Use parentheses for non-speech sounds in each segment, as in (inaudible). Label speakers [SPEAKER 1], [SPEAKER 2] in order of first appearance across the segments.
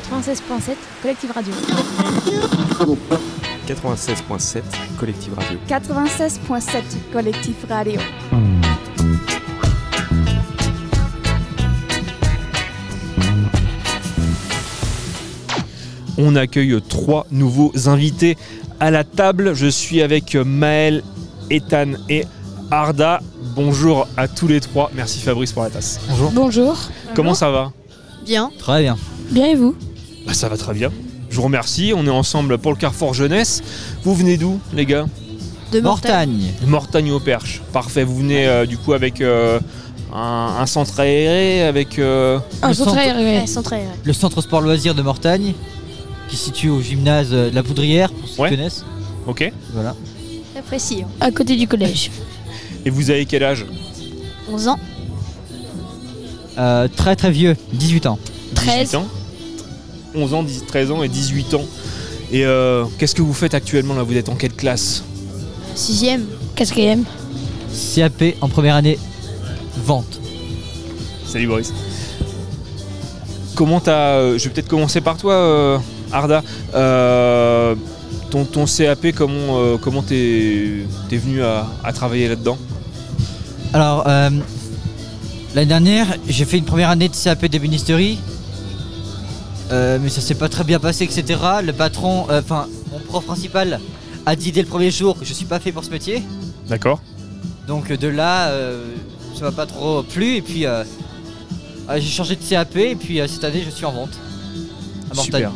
[SPEAKER 1] 96.7, Collective Radio.
[SPEAKER 2] 96.7 Collective Radio.
[SPEAKER 3] 96.7 Collectif Radio.
[SPEAKER 2] On accueille trois nouveaux invités à la table. Je suis avec Maël, Ethan et Arda. Bonjour à tous les trois. Merci Fabrice pour la tasse. Bonjour.
[SPEAKER 4] Bonjour.
[SPEAKER 2] Comment ça va
[SPEAKER 4] Bien.
[SPEAKER 5] Très bien.
[SPEAKER 4] Bien et vous
[SPEAKER 2] Bah, Ça va très bien. Je vous remercie. On est ensemble pour le Carrefour Jeunesse. Vous venez d'où, les gars
[SPEAKER 4] De
[SPEAKER 5] Mortagne.
[SPEAKER 2] Mortagne au Perche. Parfait. Vous venez euh, du coup avec euh, un, un centre aéré, avec. euh,
[SPEAKER 4] Un
[SPEAKER 5] Le
[SPEAKER 4] centre
[SPEAKER 5] centre-
[SPEAKER 4] aéré.
[SPEAKER 1] Ouais, centre aéré.
[SPEAKER 5] Le centre sport loisirs de Mortagne, qui se situe au gymnase euh, de la Poudrière, pour ceux
[SPEAKER 2] Ouais.
[SPEAKER 5] qui connaissent.
[SPEAKER 2] Ok.
[SPEAKER 5] Voilà.
[SPEAKER 1] Très précis. hein.
[SPEAKER 4] À côté du collège.
[SPEAKER 2] Et vous avez quel âge
[SPEAKER 1] 11 ans.
[SPEAKER 5] Euh, très très vieux, 18 ans.
[SPEAKER 4] 13.
[SPEAKER 2] 18 ans. 11 ans, 10 13 ans et 18 ans. Et euh, qu'est-ce que vous faites actuellement là Vous êtes en quelle classe
[SPEAKER 1] 6ème.
[SPEAKER 4] Quatrième.
[SPEAKER 5] CAP en première année, vente.
[SPEAKER 2] Salut Boris. Comment t'as. euh, je vais peut-être commencer par toi, euh, Arda. Euh, ton, ton CAP, comment euh, comment t'es t'es venu à, à travailler là-dedans
[SPEAKER 5] Alors, euh, l'année dernière, j'ai fait une première année de CAP d'ébénisterie. Euh, mais ça s'est pas très bien passé, etc. Le patron, euh, enfin, mon prof principal a dit dès le premier jour que je suis pas fait pour ce métier.
[SPEAKER 2] D'accord.
[SPEAKER 5] Donc euh, de là, euh, ça m'a pas trop plu. Et puis, euh, euh, j'ai changé de CAP. Et puis, euh, cette année, je suis en vente. À Mortagne.
[SPEAKER 2] Super.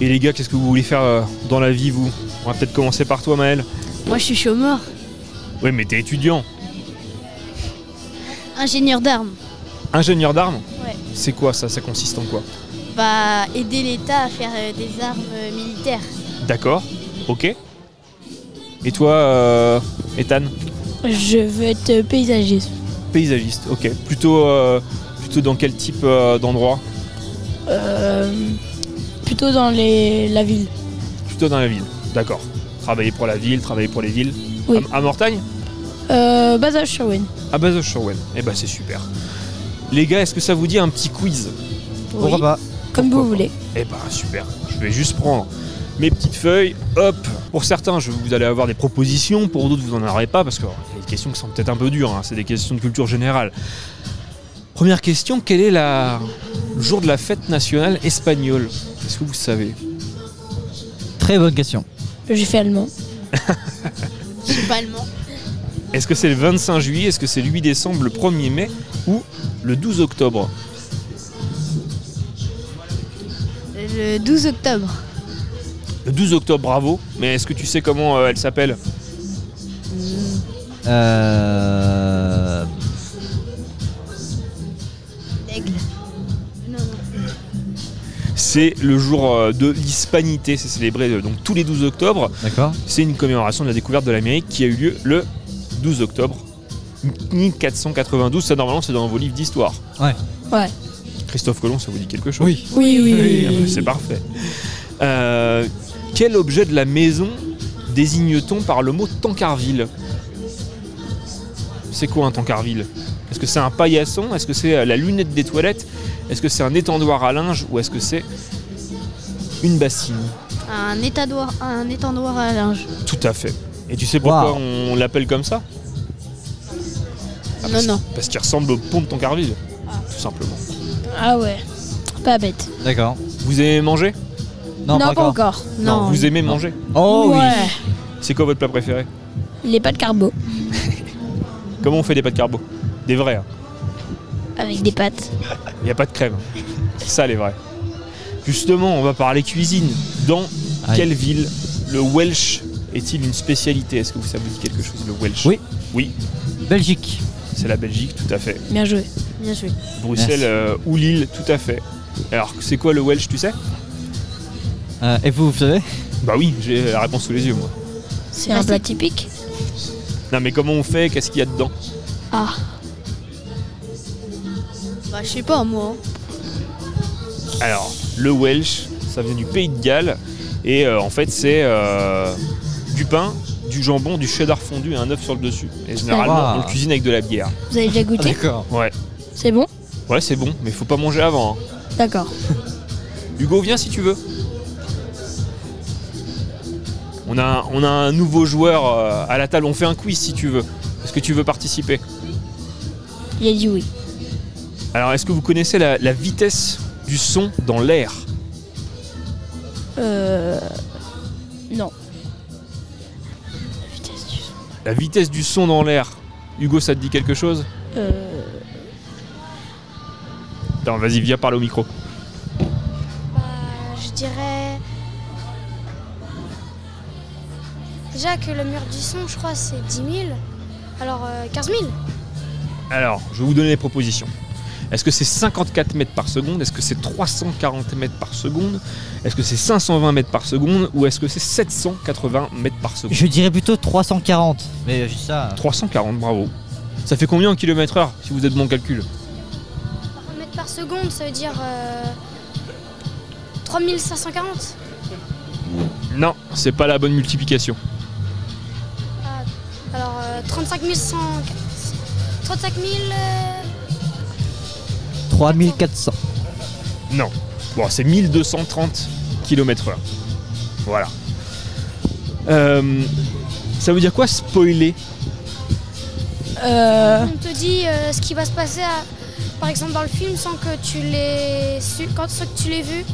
[SPEAKER 2] Et les gars, qu'est-ce que vous voulez faire euh, dans la vie, vous On va peut-être commencer par toi, Maël.
[SPEAKER 1] Moi, je suis chômeur.
[SPEAKER 2] Ouais, mais t'es étudiant.
[SPEAKER 1] Ingénieur d'armes.
[SPEAKER 2] Ingénieur d'armes
[SPEAKER 1] Ouais.
[SPEAKER 2] C'est quoi ça Ça consiste en quoi
[SPEAKER 1] Va aider l'État à faire euh, des armes euh, militaires.
[SPEAKER 2] D'accord, ok. Et toi, euh, Ethan
[SPEAKER 4] Je veux être paysagiste.
[SPEAKER 2] Paysagiste, ok. Plutôt, euh, plutôt dans quel type euh, d'endroit
[SPEAKER 4] Euh, plutôt dans les, la ville.
[SPEAKER 2] Plutôt dans la ville, d'accord. Travailler pour la ville, travailler pour les villes.
[SPEAKER 4] Oui.
[SPEAKER 2] À, à Mortagne
[SPEAKER 4] Euh, Bazage Sherwin.
[SPEAKER 2] À Bazoche-sur-Ouenne. Eh ben c'est super. Les gars, est-ce que ça vous dit un petit quiz
[SPEAKER 5] Pourquoi
[SPEAKER 4] Oui,
[SPEAKER 5] pas
[SPEAKER 4] Comme
[SPEAKER 2] pourquoi
[SPEAKER 4] vous voulez.
[SPEAKER 2] Eh ben super, je vais juste prendre mes petites feuilles, hop Pour certains, je, vous allez avoir des propositions, pour d'autres, vous n'en aurez pas, parce que alors, il y a des questions qui sont peut-être un peu dures, hein, c'est des questions de culture générale. Première question, quel est la... le jour de la fête nationale espagnole Est-ce que vous savez
[SPEAKER 5] Très bonne question.
[SPEAKER 4] J'ai fait allemand.
[SPEAKER 1] Je suis pas allemand.
[SPEAKER 2] Est-ce que c'est le 25 juillet Est-ce que c'est le 8 décembre, le 1er mai ou le 12 octobre
[SPEAKER 1] Le 12 octobre.
[SPEAKER 2] Le 12 octobre, bravo, mais est-ce que tu sais comment euh, elle s'appelle
[SPEAKER 5] Euh...
[SPEAKER 1] L'aigle. Non, non.
[SPEAKER 2] C'est le jour euh, de l'hispanité, c'est célébré euh, donc tous les 12 octobre.
[SPEAKER 5] D'accord.
[SPEAKER 2] C'est une commémoration de la découverte de l'Amérique qui a eu lieu le 12 octobre 1492. Ça, normalement, c'est dans vos livres d'histoire.
[SPEAKER 5] Ouais.
[SPEAKER 4] Ouais.
[SPEAKER 2] Christophe Colomb, ça vous dit quelque chose
[SPEAKER 5] Oui.
[SPEAKER 4] Oui, oui, oui.
[SPEAKER 2] Ah, (laughs) C'est parfait. Euh, quel objet de la maison désigne-t-on par le mot Tancarville C'est quoi un Tancarville Est-ce que c'est un paillasson Est-ce que c'est euh, la lunette des toilettes Est-ce que c'est un étendoir à linge Ou est-ce que c'est une bassine
[SPEAKER 1] Un étendoir, un étendoir à linge.
[SPEAKER 2] Tout à fait. Et tu sais pourquoi
[SPEAKER 5] Waouh.
[SPEAKER 2] on l'appelle comme ça Ah,
[SPEAKER 1] Non,
[SPEAKER 2] parce-
[SPEAKER 1] non.
[SPEAKER 2] Parce qu'il ressemble au pont de Tancarville, tout simplement.
[SPEAKER 4] Ah ouais. Pas bête.
[SPEAKER 5] D'accord.
[SPEAKER 2] Vous aimez manger
[SPEAKER 5] Non, pas, encore.
[SPEAKER 1] Non.
[SPEAKER 2] Vous aimez
[SPEAKER 5] Non.
[SPEAKER 2] manger
[SPEAKER 5] Oh oui.
[SPEAKER 4] Ouais.
[SPEAKER 2] C'est quoi votre plat préféré
[SPEAKER 4] Les pâtes carbo.
[SPEAKER 2] Comment on fait des pâtes carbo Des vrais. hein.
[SPEAKER 4] Avec des pâtes.
[SPEAKER 2] Il n'y a pas de crème. C'est ça les vrais. Justement, on va parler cuisine. Dans
[SPEAKER 5] Aïe.
[SPEAKER 2] quelle ville le Welsh est-il une spécialité Est-ce que ça vous dit quelque chose le Welsh
[SPEAKER 5] Oui.
[SPEAKER 2] Oui,
[SPEAKER 5] Belgique.
[SPEAKER 2] c'est la Belgique, tout à fait.
[SPEAKER 4] Bien joué.
[SPEAKER 1] Bien joué.
[SPEAKER 2] Bruxelles
[SPEAKER 5] Merci.
[SPEAKER 2] euh, ou Lille, tout à fait. Alors, c'est quoi le Welsh, tu sais
[SPEAKER 5] Euh, et vous, vous savez
[SPEAKER 2] Bah oui, j'ai la réponse sous les yeux, moi.
[SPEAKER 4] C'est un plat typique.
[SPEAKER 2] Non, mais comment on fait Qu'est-ce qu'il y a dedans
[SPEAKER 4] Ah.
[SPEAKER 1] Bah, je sais pas, moi.
[SPEAKER 6] hein.
[SPEAKER 2] Alors, le Welsh, ça vient du pays de Galles. Et euh, en fait, c'est euh, du pain, du jambon, du cheddar fondu et un œuf sur le dessus. Et généralement,
[SPEAKER 5] Wow.
[SPEAKER 2] on le cuisine avec de la bière.
[SPEAKER 4] Vous avez déjà goûté
[SPEAKER 5] Ah, D'accord.
[SPEAKER 2] Ouais.
[SPEAKER 4] C'est bon
[SPEAKER 2] Ouais, c'est bon, mais faut pas manger avant. hein.
[SPEAKER 4] D'accord.
[SPEAKER 2] Hugo, viens si tu veux. On a, on a un nouveau joueur euh, à la table, on fait un quiz si tu veux. Est-ce que tu veux participer
[SPEAKER 4] Il a dit oui.
[SPEAKER 2] Alors, est-ce que vous connaissez la, la vitesse du son dans l'air
[SPEAKER 4] Euh. Non.
[SPEAKER 2] La vitesse du son dans l'air. Hugo, ça te dit quelque chose
[SPEAKER 4] Euh.
[SPEAKER 2] Attends, vas-y, viens parler au micro.
[SPEAKER 1] Bah, je dirais. Déjà que le mur du son, je crois, c'est 10 000. Alors euh, 15 000
[SPEAKER 2] Alors, je vais vous donner les propositions. Est-ce que c'est 54 mètres par seconde Est-ce que c'est 340 mètres par seconde Est-ce que c'est 520 mètres par seconde Ou est-ce que c'est 780 mètres par seconde
[SPEAKER 5] Je dirais plutôt 340. Mais euh, juste ça. hein.
[SPEAKER 2] 340, bravo. Ça fait combien en kilomètres heure si vous êtes bon en calcul
[SPEAKER 1] Par mètre par seconde, ça veut dire. euh, 3540
[SPEAKER 2] Non, c'est pas la bonne multiplication.
[SPEAKER 1] Alors euh, 35 100. 35 000. euh,
[SPEAKER 5] 3400.
[SPEAKER 2] Non. Bon, c'est 1230 km/h. Voilà. Euh, ça veut dire quoi spoiler
[SPEAKER 4] Euh.
[SPEAKER 1] On te dit euh, ce qui va se passer, à- par exemple, dans le film sans que tu l'aies su, quand, sans que tu l'aies vu.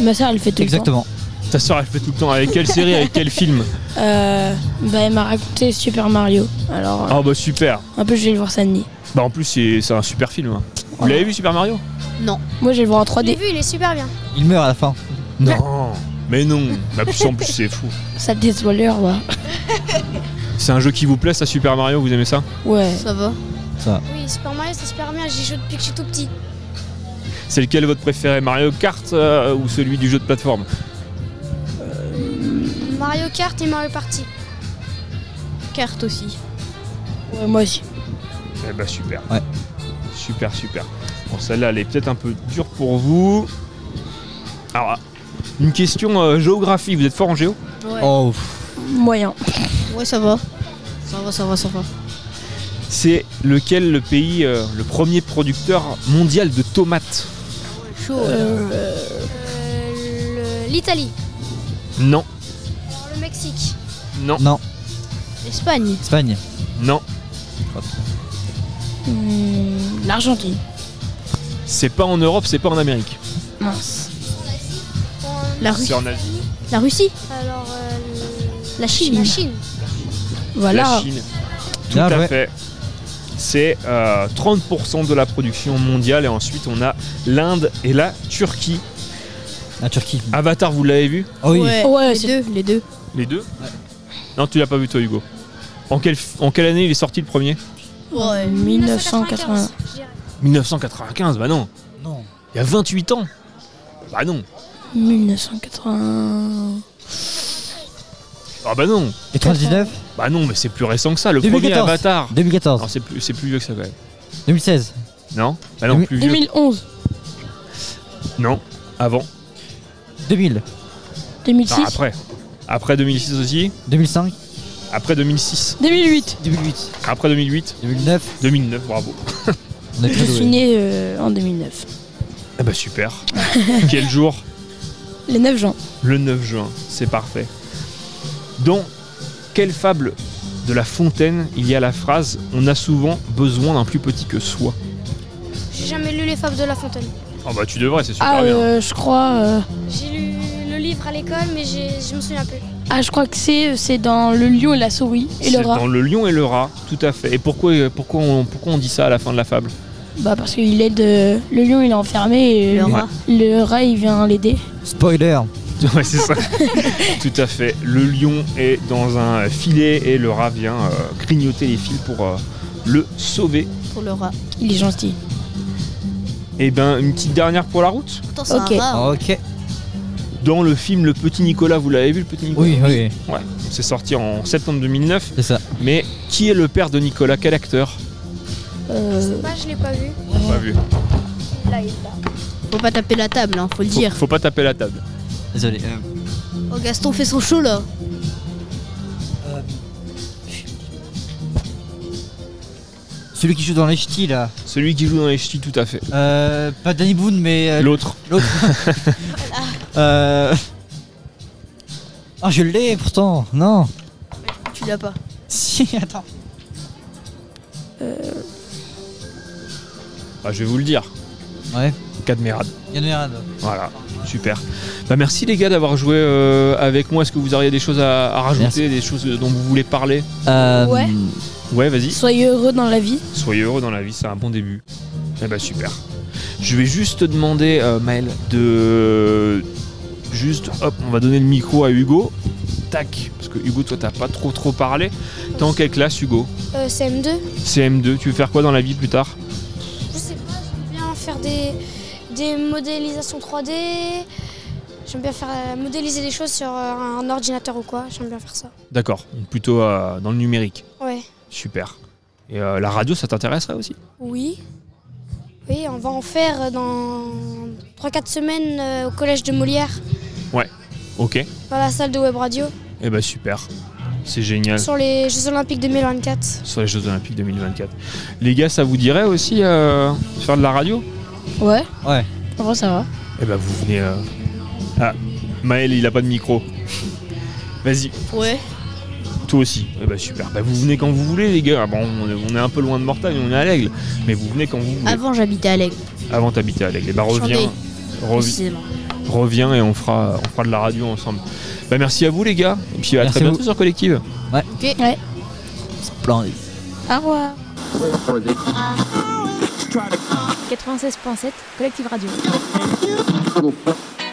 [SPEAKER 4] Ma soeur, elle fait tout
[SPEAKER 5] Exactement.
[SPEAKER 2] Ta soeur, elle fait tout le temps. Avec quelle série Avec quel film
[SPEAKER 4] le temps. Euh. Bah, elle m'a raconté Super Mario. Alors, euh,
[SPEAKER 2] Ah bah super.
[SPEAKER 4] un peu, je vais le voir samedi.
[SPEAKER 2] Bah en plus, c'est c'est un super film. hein. Vous l'avez vu Super Mario
[SPEAKER 4] Moi, je vais le voir en
[SPEAKER 1] Je l'ai
[SPEAKER 4] 3D.
[SPEAKER 1] vu, il est super bien.
[SPEAKER 5] Il meurt à la fin.
[SPEAKER 2] Non. Mais non. Bah, plus, en plus, c'est fou.
[SPEAKER 4] Ça te spoiler, ouais.
[SPEAKER 2] C'est un jeu qui vous plaît, ça Super Mario Vous aimez ça
[SPEAKER 4] Ouais.
[SPEAKER 6] Ça va.
[SPEAKER 1] Oui, Super Mario, c'est super bien. J'y joue depuis que je suis tout petit.
[SPEAKER 2] C'est lequel votre préféré Mario Kart euh, ou celui du jeu de plateforme
[SPEAKER 1] Mario Kart et Mario Party.
[SPEAKER 6] Carte aussi.
[SPEAKER 4] Ouais, moi aussi.
[SPEAKER 2] Eh bah super.
[SPEAKER 5] Ouais.
[SPEAKER 2] Super, super. Bon, celle-là, elle est peut-être un peu dure pour vous. Alors, une question euh, géographie. Vous êtes fort en géo
[SPEAKER 6] Ouais.
[SPEAKER 5] Oh, pff,
[SPEAKER 4] Moyen.
[SPEAKER 6] Ouais, ça va. Ça va, ça va, ça va.
[SPEAKER 2] C'est lequel le pays, euh, le premier producteur mondial de tomates
[SPEAKER 6] Chaud.
[SPEAKER 4] Euh.
[SPEAKER 1] Euh, le- L'Italie.
[SPEAKER 2] Non,
[SPEAKER 1] Alors, Le Mexique.
[SPEAKER 2] non,
[SPEAKER 5] non,
[SPEAKER 6] L'Espagne.
[SPEAKER 5] Espagne.
[SPEAKER 2] non.
[SPEAKER 4] hmm, L'Argentine.
[SPEAKER 2] C'est pas en Europe, c'est pas en Amérique.
[SPEAKER 6] Mince.
[SPEAKER 1] En-
[SPEAKER 6] La Russie.
[SPEAKER 2] C'est en Asie.
[SPEAKER 6] La Russie.
[SPEAKER 1] Alors. euh, le-
[SPEAKER 6] La Chine.
[SPEAKER 1] La Chine.
[SPEAKER 2] La
[SPEAKER 4] Voilà.
[SPEAKER 2] Chine. Tout
[SPEAKER 5] Bien
[SPEAKER 2] à
[SPEAKER 5] joué.
[SPEAKER 2] fait. C'est euh, 30% de la production mondiale et ensuite on a l'Inde et la Turquie.
[SPEAKER 5] La Turquie.
[SPEAKER 2] Avatar, vous l'avez vu
[SPEAKER 5] Ah oui.
[SPEAKER 6] Ouais,
[SPEAKER 4] Ouais,
[SPEAKER 6] les
[SPEAKER 4] c'est-
[SPEAKER 6] deux, les deux.
[SPEAKER 2] Les deux Non, tu l'as pas vu toi Hugo. En, quel- en quelle année il est sorti le premier
[SPEAKER 6] Ouais.
[SPEAKER 4] 1980.
[SPEAKER 1] je dirais.
[SPEAKER 2] 1995, bah non.
[SPEAKER 5] Non.
[SPEAKER 2] Il y a 28 ans. Bah non.
[SPEAKER 4] 1980.
[SPEAKER 2] Ah bah non.
[SPEAKER 5] Et 39
[SPEAKER 2] Bah non, mais c'est plus récent que ça. Le
[SPEAKER 5] 2014.
[SPEAKER 2] premier Avatar.
[SPEAKER 5] 2014.
[SPEAKER 2] Non, c'est plus, c'est plus vieux que ça quand même.
[SPEAKER 5] 2016.
[SPEAKER 2] Non Bah non,
[SPEAKER 5] Deux-
[SPEAKER 2] plus vieux.
[SPEAKER 4] 2011.
[SPEAKER 2] Non, avant.
[SPEAKER 5] 2000.
[SPEAKER 4] 2006.
[SPEAKER 2] Enfin, Bah, après. Après 2006 aussi.
[SPEAKER 5] 2005.
[SPEAKER 2] Après 2006.
[SPEAKER 4] 2008.
[SPEAKER 5] 2008.
[SPEAKER 2] Après 2008.
[SPEAKER 5] 2009.
[SPEAKER 2] 2009, bravo.
[SPEAKER 5] On est
[SPEAKER 4] Je
[SPEAKER 5] très
[SPEAKER 4] suis
[SPEAKER 5] doués.
[SPEAKER 4] né euh, en 2009.
[SPEAKER 2] Ah bah super. (laughs) Quel jour
[SPEAKER 4] Le 9 juin.
[SPEAKER 2] Le 9 juin, c'est parfait. Dans quelle fable de La Fontaine il y a la phrase On a souvent besoin d'un plus petit que soi
[SPEAKER 1] J'ai jamais lu Les Fables de La Fontaine.
[SPEAKER 2] Ah bah tu devrais, c'est super
[SPEAKER 4] Ah,
[SPEAKER 2] bien.
[SPEAKER 4] euh, je crois. euh,
[SPEAKER 1] J'ai lu le livre à l'école, mais j'ai- je me souviens plus.
[SPEAKER 4] Ah, je crois que c'est c'est dans le lion et la souris et le
[SPEAKER 2] C'est
[SPEAKER 4] rat.
[SPEAKER 2] dans le lion et le rat, tout à fait. Et pourquoi, pourquoi, on, pourquoi on dit ça à la fin de la fable (laughs)
[SPEAKER 4] Bah parce qu'il aide euh, le lion, il est enfermé et
[SPEAKER 6] Le
[SPEAKER 4] le,
[SPEAKER 6] rat.
[SPEAKER 4] le rat il vient l'aider.
[SPEAKER 5] Spoiler.
[SPEAKER 2] Ouais, c'est
[SPEAKER 4] (laughs)
[SPEAKER 2] ça. tout à fait. Le lion est dans un filet et le rat vient euh, grignoter les fils pour euh, le sauver.
[SPEAKER 6] Pour le rat.
[SPEAKER 4] Il est gentil.
[SPEAKER 2] Et ben, une petite dernière pour la route
[SPEAKER 6] Pourtant, c'est un
[SPEAKER 4] Ok.
[SPEAKER 6] rat. hein.
[SPEAKER 5] Ah, Ok.
[SPEAKER 2] Dans le film Le Petit Nicolas, vous l'avez vu, le Petit Nicolas
[SPEAKER 5] Oui, oui,
[SPEAKER 2] Ouais, c'est sorti en septembre 2009.
[SPEAKER 5] c'est ça.
[SPEAKER 2] Mais qui est le père de Nicolas Quel acteur
[SPEAKER 4] Euh,
[SPEAKER 1] Bah, je l'ai pas vu.
[SPEAKER 2] Pas vu.
[SPEAKER 1] Là, il est là.
[SPEAKER 6] Faut pas taper la table, hein, faut le
[SPEAKER 2] Faut,
[SPEAKER 6] dire.
[SPEAKER 2] faut pas taper la table.
[SPEAKER 5] Désolé.
[SPEAKER 6] Oh, Gaston fait son show là.
[SPEAKER 5] Euh, Super Celui qui joue dans les ch'tis là.
[SPEAKER 2] Celui qui joue dans les ch'tis, tout à fait.
[SPEAKER 5] Euh, pas Danny Boone, mais. euh,
[SPEAKER 2] L'autre.
[SPEAKER 5] L'autre. euh... (laughs) Ah, je l'ai pourtant. Non. (laughs)
[SPEAKER 6] Tu l'as pas.
[SPEAKER 5] Si, attends.
[SPEAKER 2] Bah, je vais vous le dire.
[SPEAKER 5] Ouais.
[SPEAKER 2] Cadmerad.
[SPEAKER 5] Yann Merad.
[SPEAKER 2] Voilà. Super. Bah, merci les gars d'avoir joué euh, avec moi. Est-ce que vous auriez des choses à, à rajouter, des choses dont vous voulez parler
[SPEAKER 5] Euh,
[SPEAKER 4] Ouais.
[SPEAKER 2] Ouais, vas-y.
[SPEAKER 4] Soyez heureux dans la vie.
[SPEAKER 2] Soyez heureux dans la vie, c'est un bon début. Eh bah super. Je vais juste te demander, euh, Maël, de. Juste, hop, on va donner le micro à Hugo. Tac. Parce que Hugo, toi, t'as pas trop trop parlé. T'es en quelle classe, Hugo
[SPEAKER 1] Euh, CM2.
[SPEAKER 2] CM2. Tu veux faire quoi dans la vie plus tard
[SPEAKER 1] Je sais pas, j'aime bien faire des, des modélisations 3D. J'aime bien faire euh, modéliser des choses sur euh, un ordinateur ou quoi. J'aime bien faire ça.
[SPEAKER 2] D'accord. Donc Plutôt euh, dans le numérique.
[SPEAKER 1] Ouais.
[SPEAKER 2] Super. Et euh, la radio, ça t'intéresserait aussi
[SPEAKER 1] Oui. Oui, on va en faire dans 3-4 semaines euh, au collège de Molière,
[SPEAKER 2] Ok.
[SPEAKER 1] dans la salle de web radio,
[SPEAKER 2] Eh bah super. C'est génial.
[SPEAKER 1] sur les Jeux Olympiques 2024.
[SPEAKER 2] Sur les Jeux Olympiques 2024. Les gars, ça vous dirait aussi euh, faire de la radio
[SPEAKER 4] Ouais.
[SPEAKER 5] Ouais.
[SPEAKER 4] En vrai, ça va.
[SPEAKER 2] Eh ben vous venez. euh, Ah, Maël il a pas de micro. Vas-y,
[SPEAKER 6] Ouais.
[SPEAKER 2] toi aussi. Eh ben super. Bah vous venez quand vous voulez les gars. Bon, on est- on est un peu loin de Mortagne, on est à l'Aigle. Mais vous venez quand vous voulez.
[SPEAKER 6] Avant, j'habitais à l'aigle.
[SPEAKER 2] Avant d'habiter à l'Aigle. Eh ben reviens,
[SPEAKER 6] Chantais.
[SPEAKER 2] revi-
[SPEAKER 6] précisément.
[SPEAKER 2] reviens et on fera, on fera de la radio ensemble. Bah merci à vous les gars. Et puis à
[SPEAKER 5] Merci
[SPEAKER 2] très
[SPEAKER 5] à
[SPEAKER 2] bientôt
[SPEAKER 5] vous.
[SPEAKER 2] sur Collective.
[SPEAKER 4] Ok. Ouais.
[SPEAKER 5] Splendide.
[SPEAKER 4] Au revoir.
[SPEAKER 7] 96.7 Collective Radio.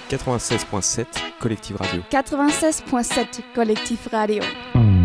[SPEAKER 8] 96.7 Collective Radio.
[SPEAKER 3] 96.7 Collectif Radio.
[SPEAKER 7] 96.7